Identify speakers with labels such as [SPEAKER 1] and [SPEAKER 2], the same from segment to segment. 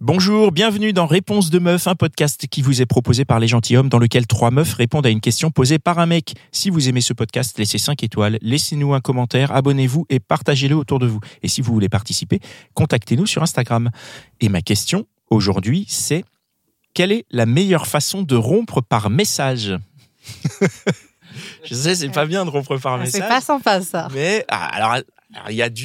[SPEAKER 1] Bonjour, bienvenue dans Réponse de Meuf, un podcast qui vous est proposé par les gentilshommes dans lequel trois meufs répondent à une question posée par un mec. Si vous aimez ce podcast, laissez 5 étoiles, laissez-nous un commentaire, abonnez-vous et partagez-le autour de vous. Et si vous voulez participer, contactez-nous sur Instagram. Et ma question aujourd'hui, c'est quelle est la meilleure façon de rompre par message Je sais, c'est pas bien de rompre par
[SPEAKER 2] Ah, C'est
[SPEAKER 1] message.
[SPEAKER 2] pas sympa ça.
[SPEAKER 1] Mais ah, alors, alors, il y a du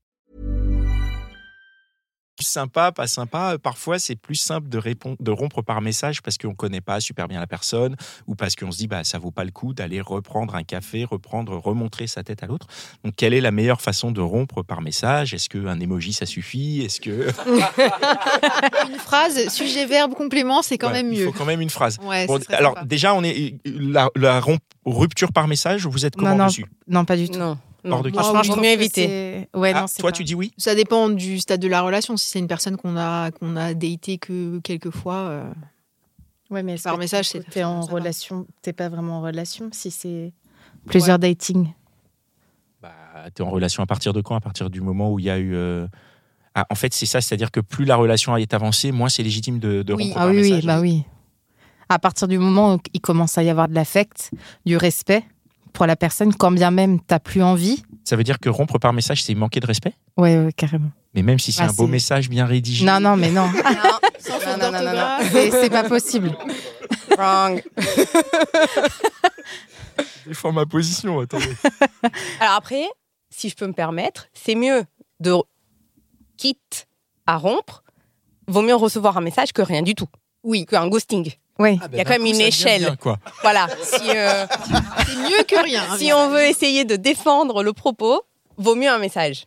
[SPEAKER 1] sympa, pas sympa. Parfois, c'est plus simple de, répondre, de rompre par message parce qu'on ne connaît pas super bien la personne ou parce qu'on se dit bah ça vaut pas le coup d'aller reprendre un café, reprendre, remontrer sa tête à l'autre. Donc, quelle est la meilleure façon de rompre par message Est-ce qu'un emoji, ça suffit Est-ce que
[SPEAKER 3] Une phrase, sujet, verbe, complément, c'est quand
[SPEAKER 1] Ouais,
[SPEAKER 3] même
[SPEAKER 1] Il
[SPEAKER 3] mieux.
[SPEAKER 1] faut quand même une phrase.
[SPEAKER 3] Ouais,
[SPEAKER 1] Bon,
[SPEAKER 3] c'est très
[SPEAKER 1] alors
[SPEAKER 3] sympa.
[SPEAKER 1] déjà, on est la, la romp- rupture par message. Vous êtes comment
[SPEAKER 4] Non, non,
[SPEAKER 1] dessus
[SPEAKER 4] non, pas du tout.
[SPEAKER 2] Non.
[SPEAKER 1] Hors de question.
[SPEAKER 4] Franchement,
[SPEAKER 3] Moi, oui,
[SPEAKER 4] je
[SPEAKER 3] vaut
[SPEAKER 4] trouve
[SPEAKER 3] mieux
[SPEAKER 4] que
[SPEAKER 2] éviter.
[SPEAKER 4] c'est- Ouais,
[SPEAKER 1] Ah,
[SPEAKER 4] non, c'est
[SPEAKER 1] toi,
[SPEAKER 4] pas-
[SPEAKER 1] tu dis oui
[SPEAKER 3] Ça dépend du stade de la relation. Si c'est une personne qu'on a qu'on a daté que quelques fois, euh,
[SPEAKER 4] Ouais, mais est-ce
[SPEAKER 3] Par
[SPEAKER 4] que
[SPEAKER 3] message,
[SPEAKER 4] du coup,
[SPEAKER 3] c'est-
[SPEAKER 4] T'es en
[SPEAKER 3] ça va.
[SPEAKER 4] relation, t'es pas vraiment en relation si c'est plusieurs dating.
[SPEAKER 1] Bah, t'es en relation à partir de quand À partir du moment où il y a eu. euh, ah, en fait, c'est ça, c'est-à-dire que plus la relation est avancée, moins c'est légitime de, de
[SPEAKER 3] Oui.
[SPEAKER 1] rompre
[SPEAKER 4] Ah
[SPEAKER 1] par
[SPEAKER 4] oui, oui,
[SPEAKER 1] message.
[SPEAKER 4] bah oui. À partir du moment où il commence à y avoir de l'affect, du respect pour la personne, quand bien même t'as plus envie.
[SPEAKER 1] Ça veut dire que rompre par message, c'est manquer de respect
[SPEAKER 4] Ouais, ouais, carrément.
[SPEAKER 1] Mais même si c'est
[SPEAKER 4] Ah,
[SPEAKER 1] un beau
[SPEAKER 4] c'est-
[SPEAKER 1] message bien rédigé.
[SPEAKER 4] Non, non, mais non.
[SPEAKER 3] sans
[SPEAKER 4] non,
[SPEAKER 3] faute
[SPEAKER 4] Ah, non, non, non, non.
[SPEAKER 3] d'orthographe.
[SPEAKER 4] C'est c'est pas possible.
[SPEAKER 2] Wrong.
[SPEAKER 1] défends ma position, attendez.
[SPEAKER 2] Alors après, si je peux me permettre, c'est mieux de quitte à rompre, vaut mieux recevoir un message que rien du tout. Oui, qu'un ghosting.
[SPEAKER 4] Oui.
[SPEAKER 3] Ah,
[SPEAKER 1] Il
[SPEAKER 2] Il y a quand même une échelle.
[SPEAKER 1] quoi.
[SPEAKER 2] Voilà. Si, euh,
[SPEAKER 3] C'est mieux que rien. hein,
[SPEAKER 2] si
[SPEAKER 3] bien.
[SPEAKER 2] on veut essayer de défendre le propos, vaut mieux un message.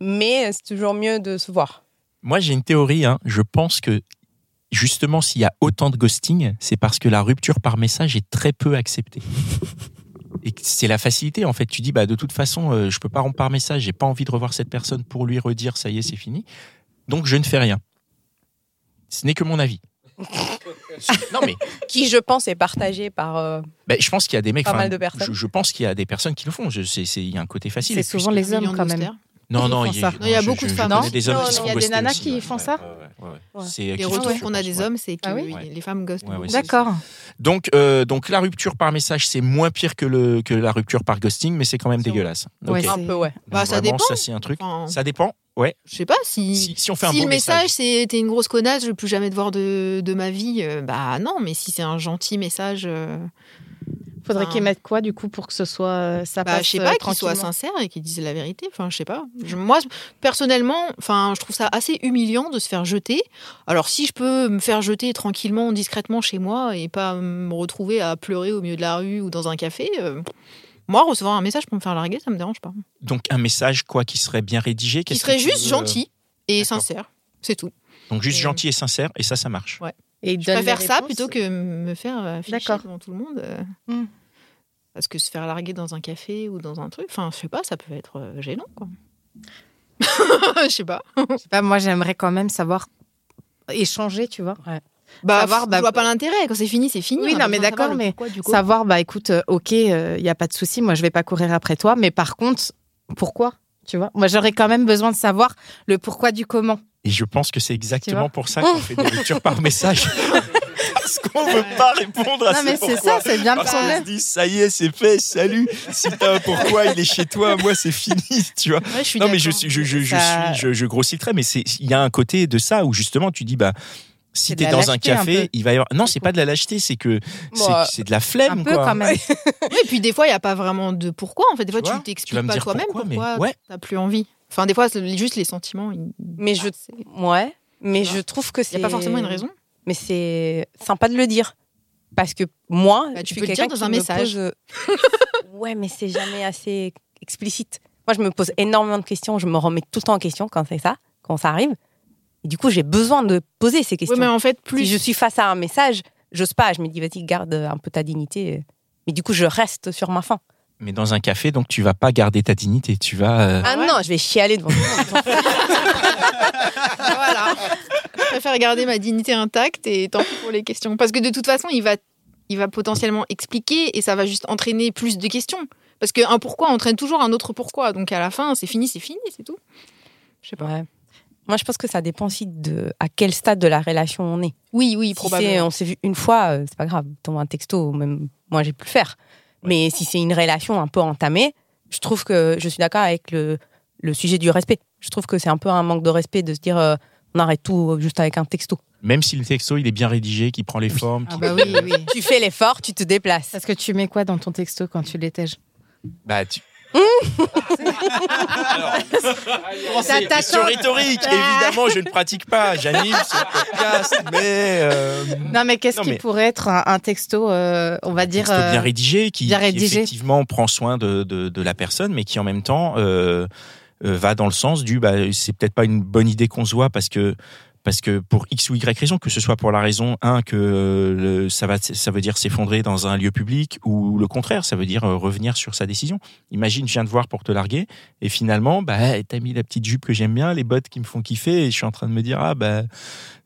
[SPEAKER 2] Mais euh, c'est toujours mieux de se voir.
[SPEAKER 1] Moi, j'ai une théorie. hein. Je pense que justement, s'il y a autant de ghosting, c'est parce que la rupture par message est très peu acceptée. Et que c'est la facilité, en fait. Tu dis, bah, de toute façon, euh, je peux pas rompre par message, j'ai pas envie de revoir cette personne pour lui redire, ça y est, c'est fini. Donc, je ne fais rien. Ce n'est que mon avis. non, mais
[SPEAKER 2] Qui, je pense, est partagé par. euh,
[SPEAKER 1] ben, je pense qu'il y a des mecs.
[SPEAKER 2] Pas
[SPEAKER 1] enfin,
[SPEAKER 2] mal de personnes.
[SPEAKER 1] Je, je pense qu'il y a des personnes qui le font. Je- c'est- c'est- Il y a un côté facile.
[SPEAKER 4] C'est
[SPEAKER 1] Et puis,
[SPEAKER 4] souvent les hommes
[SPEAKER 3] Millions
[SPEAKER 4] quand
[SPEAKER 3] de
[SPEAKER 4] même.
[SPEAKER 3] stars.
[SPEAKER 1] Non,
[SPEAKER 4] Ils
[SPEAKER 1] non,
[SPEAKER 4] font
[SPEAKER 1] il y,
[SPEAKER 4] ça.
[SPEAKER 3] Non, il y a
[SPEAKER 1] je-
[SPEAKER 3] beaucoup de
[SPEAKER 1] je- je
[SPEAKER 3] femmes.
[SPEAKER 1] connais
[SPEAKER 4] Non
[SPEAKER 1] des hommes
[SPEAKER 4] Non,
[SPEAKER 1] qui
[SPEAKER 4] non,
[SPEAKER 1] sont
[SPEAKER 4] il y a des
[SPEAKER 1] ghostés
[SPEAKER 4] nanas
[SPEAKER 1] aussi,
[SPEAKER 4] qui
[SPEAKER 1] ouais,
[SPEAKER 4] font
[SPEAKER 1] ouais,
[SPEAKER 4] ça
[SPEAKER 1] ouais, ouais, ouais.
[SPEAKER 2] Ouais.
[SPEAKER 1] C'est
[SPEAKER 3] Les
[SPEAKER 1] extrême,
[SPEAKER 3] retours
[SPEAKER 1] je
[SPEAKER 3] qu'on a
[SPEAKER 1] pense,
[SPEAKER 3] des
[SPEAKER 1] ouais.
[SPEAKER 3] hommes, c'est que
[SPEAKER 4] Ah oui
[SPEAKER 3] les femmes ghostent.
[SPEAKER 1] Ouais, ouais,
[SPEAKER 3] beaucoup.
[SPEAKER 1] c'est
[SPEAKER 4] D'accord.
[SPEAKER 1] Donc, euh, donc la rupture par message, c'est moins pire que, le, que la rupture par ghosting, mais c'est quand même
[SPEAKER 3] C'est
[SPEAKER 1] dégueulasse. Ok.
[SPEAKER 4] Ouais,
[SPEAKER 1] Donc,
[SPEAKER 2] Un peu, ouais.
[SPEAKER 3] Bah, ça
[SPEAKER 1] vraiment,
[SPEAKER 3] dépend.
[SPEAKER 1] Ça, c'est un truc.
[SPEAKER 3] Enfin,
[SPEAKER 1] Ça dépend. Ouais.
[SPEAKER 3] je sais pas si.
[SPEAKER 1] Si, si on fait un
[SPEAKER 3] si
[SPEAKER 1] bon
[SPEAKER 3] le message
[SPEAKER 1] message.
[SPEAKER 3] c'est t'es une grosse connasse, je veux plus jamais te voir de, de ma vie, euh, bah non, mais si c'est un gentil message, euh,
[SPEAKER 4] Faudrait
[SPEAKER 3] Enfin,
[SPEAKER 4] qu'ils mettent quoi du coup pour que ce soit euh, ça
[SPEAKER 3] bah,
[SPEAKER 4] passe
[SPEAKER 3] je sais
[SPEAKER 4] euh,
[SPEAKER 3] pas, qu'il
[SPEAKER 4] tranquillement
[SPEAKER 3] soit sincère et qu'il dise la vérité. Enfin, je sais pas. Je- moi, personnellement, enfin, je trouve ça assez humiliant de se faire jeter. Alors, si je peux me faire jeter tranquillement, discrètement chez moi et pas me retrouver à pleurer au milieu de la rue ou dans un café, euh, moi, recevoir un message pour me faire larguer, ça me dérange pas.
[SPEAKER 1] Donc, un message, quoi, qui serait bien rédigé.
[SPEAKER 3] Qui
[SPEAKER 1] qu'est-ce
[SPEAKER 3] serait
[SPEAKER 1] que tu
[SPEAKER 3] juste
[SPEAKER 1] veux,
[SPEAKER 3] gentil et
[SPEAKER 1] d'accord.
[SPEAKER 3] sincère. C'est tout.
[SPEAKER 1] euh, Donc, juste
[SPEAKER 3] Et-
[SPEAKER 1] gentil et sincère, et ça, ça marche.
[SPEAKER 4] Et
[SPEAKER 3] Je
[SPEAKER 4] donne les
[SPEAKER 3] préfère ça
[SPEAKER 4] réponses.
[SPEAKER 3] plutôt que me faire euh, afficher
[SPEAKER 4] D'accord.
[SPEAKER 3] devant tout le monde. euh,
[SPEAKER 4] Hmm.
[SPEAKER 3] Parce que se faire larguer dans un café ou dans un truc, enfin, je sais pas, ça peut être euh, gênant, quoi. Je sais pas.
[SPEAKER 4] Je sais pas, moi j'aimerais quand même savoir échanger, tu vois.
[SPEAKER 3] Bah,
[SPEAKER 4] Savoir,
[SPEAKER 3] pff,
[SPEAKER 4] bah,
[SPEAKER 3] je vois pas l'intérêt. Quand c'est fini, c'est fini.
[SPEAKER 4] Oui,
[SPEAKER 3] On a
[SPEAKER 4] non, mais
[SPEAKER 3] besoin de
[SPEAKER 4] d'accord,
[SPEAKER 3] savoir le
[SPEAKER 4] mais
[SPEAKER 3] pourquoi du quoi.
[SPEAKER 4] Savoir, bah écoute, euh, ok, il n'y a pas de souci, moi je vais pas courir après toi, mais par contre, pourquoi Tu vois Moi j'aurais quand même besoin de savoir le pourquoi du comment.
[SPEAKER 1] Et je pense que c'est exactement pour ça qu'on fait des ruptures par message. Parce qu'on ne veut pas répondre à
[SPEAKER 4] non,
[SPEAKER 1] ce
[SPEAKER 4] mais c'est
[SPEAKER 1] Ah, pourquoi. Ah,
[SPEAKER 4] ça, c'est bien le
[SPEAKER 1] Parce qu'on se
[SPEAKER 4] problème.
[SPEAKER 1] dit, ça y est, c'est fait, salut. Si t'as un pourquoi, il est chez toi, moi, c'est fini, tu vois.
[SPEAKER 3] Ouais, je suis
[SPEAKER 1] Non, mais je,
[SPEAKER 3] d'accord.
[SPEAKER 1] suis- je, je, je,
[SPEAKER 4] Ça-
[SPEAKER 1] suis, je, je grossis le trait, mais c'est- il y a un côté de ça où justement tu dis, bah, si
[SPEAKER 4] C'est de
[SPEAKER 1] t'es
[SPEAKER 4] la
[SPEAKER 1] dans un
[SPEAKER 4] lâcheté un
[SPEAKER 1] café,
[SPEAKER 4] peu.
[SPEAKER 1] il va y avoir. Non, c'est pas de la lâcheté, c'est que c'est-
[SPEAKER 2] Moi,
[SPEAKER 1] c'est de la
[SPEAKER 4] Un
[SPEAKER 1] flemme,
[SPEAKER 4] peu
[SPEAKER 1] quoi.
[SPEAKER 4] quand même.
[SPEAKER 3] Oui, et puis des fois, il n'y a pas vraiment de pourquoi. En fait, des fois,
[SPEAKER 1] vois,
[SPEAKER 3] tu
[SPEAKER 1] tu vas
[SPEAKER 3] t'expliques
[SPEAKER 1] me
[SPEAKER 3] pas
[SPEAKER 1] dire
[SPEAKER 3] toi-même
[SPEAKER 1] pourquoi,
[SPEAKER 3] pourquoi,
[SPEAKER 1] mais ouais.
[SPEAKER 3] t'as plus envie. Enfin, des fois, c'est juste les sentiments. Il
[SPEAKER 2] Mais je. Ouais. Mais je trouve que c'est.
[SPEAKER 3] n'y a pas forcément une raison.
[SPEAKER 2] mais c'est sympa de le dire. Parce que moi,
[SPEAKER 3] Bah, tu peux
[SPEAKER 2] je suis
[SPEAKER 3] le
[SPEAKER 2] quelqu'un
[SPEAKER 3] dire dans
[SPEAKER 2] qui
[SPEAKER 3] un
[SPEAKER 2] me
[SPEAKER 3] message.
[SPEAKER 2] pose- euh, ouais, mais c'est jamais assez explicite. Moi, je me pose énormément de questions. Je me remets tout le temps en question quand c'est ça, quand ça arrive. Et du coup, j'ai besoin de poser ces questions.
[SPEAKER 3] Oui, mais en fait, plus.
[SPEAKER 2] Si je suis face à un message, j'ose pas. Je me dis, vas-y, garde un peu ta dignité. Mais du coup, je reste sur ma faim.
[SPEAKER 1] Mais dans un café, donc tu vas pas garder ta dignité, tu vas. euh,
[SPEAKER 2] Ah
[SPEAKER 3] ouais
[SPEAKER 2] non, je vais chialer devant tout le monde.
[SPEAKER 3] voilà. Je préfère garder ma dignité intacte et tant pis pour les questions. Parce que de toute façon, il va, il va potentiellement expliquer et ça va juste entraîner plus de questions. Parce qu'un pourquoi entraîne toujours un autre pourquoi. Donc à la fin, c'est fini, c'est fini, c'est tout. Je sais pas.
[SPEAKER 2] Ouais. Moi, je pense que ça dépend aussi de à quel stade de la relation on est.
[SPEAKER 3] Oui, oui,
[SPEAKER 2] Si c'est- on s'est vu une fois, euh, c'est pas grave, t'envoies un texto, même moi j'ai pu le faire. Mais si c'est une relation un peu entamée, je trouve que je suis d'accord avec le, le sujet du respect. Je trouve que c'est un peu un manque de respect de se dire euh, on arrête tout euh, juste avec un texto.
[SPEAKER 1] Même si le texto il est bien rédigé, qui prend les formes.
[SPEAKER 4] Ah
[SPEAKER 1] qui-
[SPEAKER 4] bah oui, oui.
[SPEAKER 2] tu fais l'effort, tu te déplaces.
[SPEAKER 4] Parce que tu mets quoi dans ton texto quand tu l'étèges
[SPEAKER 1] Bah, tu-
[SPEAKER 4] Ça
[SPEAKER 1] Une question rhétorique, évidemment, je ne pratique pas. J'anime ce podcast, mais. euh,
[SPEAKER 4] Non, mais qu'est-ce
[SPEAKER 1] Non,
[SPEAKER 4] qui
[SPEAKER 1] mais-
[SPEAKER 4] pourrait être un, un texto, euh, on va dire.
[SPEAKER 1] texto bien
[SPEAKER 4] euh,
[SPEAKER 1] rédigé, qui,
[SPEAKER 4] bien
[SPEAKER 1] qui
[SPEAKER 4] rédigé.
[SPEAKER 1] effectivement prend soin de, de- de la personne, mais qui en même temps euh, euh, va dans le sens du bah, c'est peut-être pas une bonne idée qu'on se voit parce que. Parce que pour X ou Y raison, que ce soit pour la raison 1 que euh, le- ça, va, ça veut dire s'effondrer dans un lieu public ou le contraire, ça veut dire euh, revenir sur sa décision. Imagine, je viens de voir pour te larguer et finalement, bah, t'as mis la petite jupe que j'aime bien, les bottes qui me font kiffer et je suis en train de me dire, ah bah,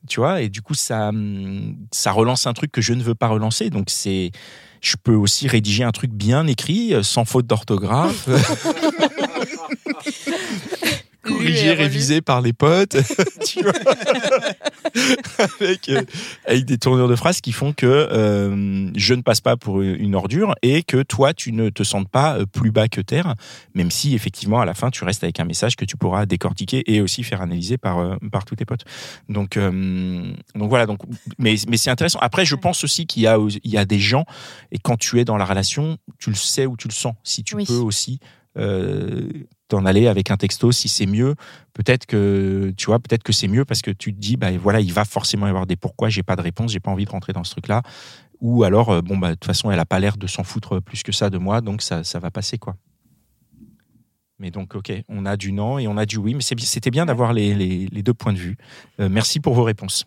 [SPEAKER 1] tu vois, et du coup, ça, hum, ça relance un truc que je ne veux pas relancer. Donc, c'est, je peux aussi rédiger un truc bien écrit, euh, sans faute d'orthographe.
[SPEAKER 3] Lu et
[SPEAKER 1] Corrigé,
[SPEAKER 3] relu.
[SPEAKER 1] révisé par les potes, tu vois, avec, euh, avec des tournures de phrases qui font que euh, je ne passe pas pour une ordure et que toi, tu ne te sentes pas euh, plus bas que terre, même si effectivement, à la fin, tu restes avec un message que tu pourras décortiquer et aussi faire analyser par, euh, par tous tes potes. Donc, euh, donc voilà, donc, mais, mais c'est intéressant. Après, je pense aussi qu'il y, a- il y a des gens, et quand tu es dans la relation, tu le sais ou tu le sens. Si tu
[SPEAKER 4] Oui.
[SPEAKER 1] peux aussi euh, t'en aller avec un texto, si c'est mieux, peut-être que tu vois, peut-être que c'est mieux parce que tu te dis, bah voilà, il va forcément y avoir des pourquoi, j'ai pas de réponse, j'ai pas envie de rentrer dans ce truc-là. Ou alors, euh, bon, bah, de toute façon, elle a pas l'air de s'en foutre plus que ça de moi, donc ça, ça va passer, quoi. Mais donc, ok, on a du non et on a du oui, mais c'est bi- c'était bien d'avoir les- les- les deux points de vue. Euh, merci pour vos réponses.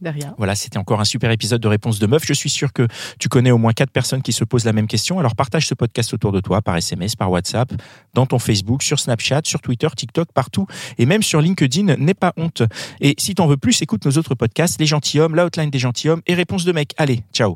[SPEAKER 4] De rien.
[SPEAKER 1] Voilà, c'était encore un super épisode de Réponse de Meuf. Je suis sûr que tu connais au moins quatre personnes qui se posent la même question. Alors partage ce podcast autour de toi, par SMS, par WhatsApp, dans ton Facebook, sur Snapchat, sur Twitter, TikTok, partout. Et même sur LinkedIn, n'aie pas honte. Et si t'en veux plus, écoute nos autres podcasts, Les Gentilshommes, La Hotline des Gentilshommes et Réponse de Mec. Allez, ciao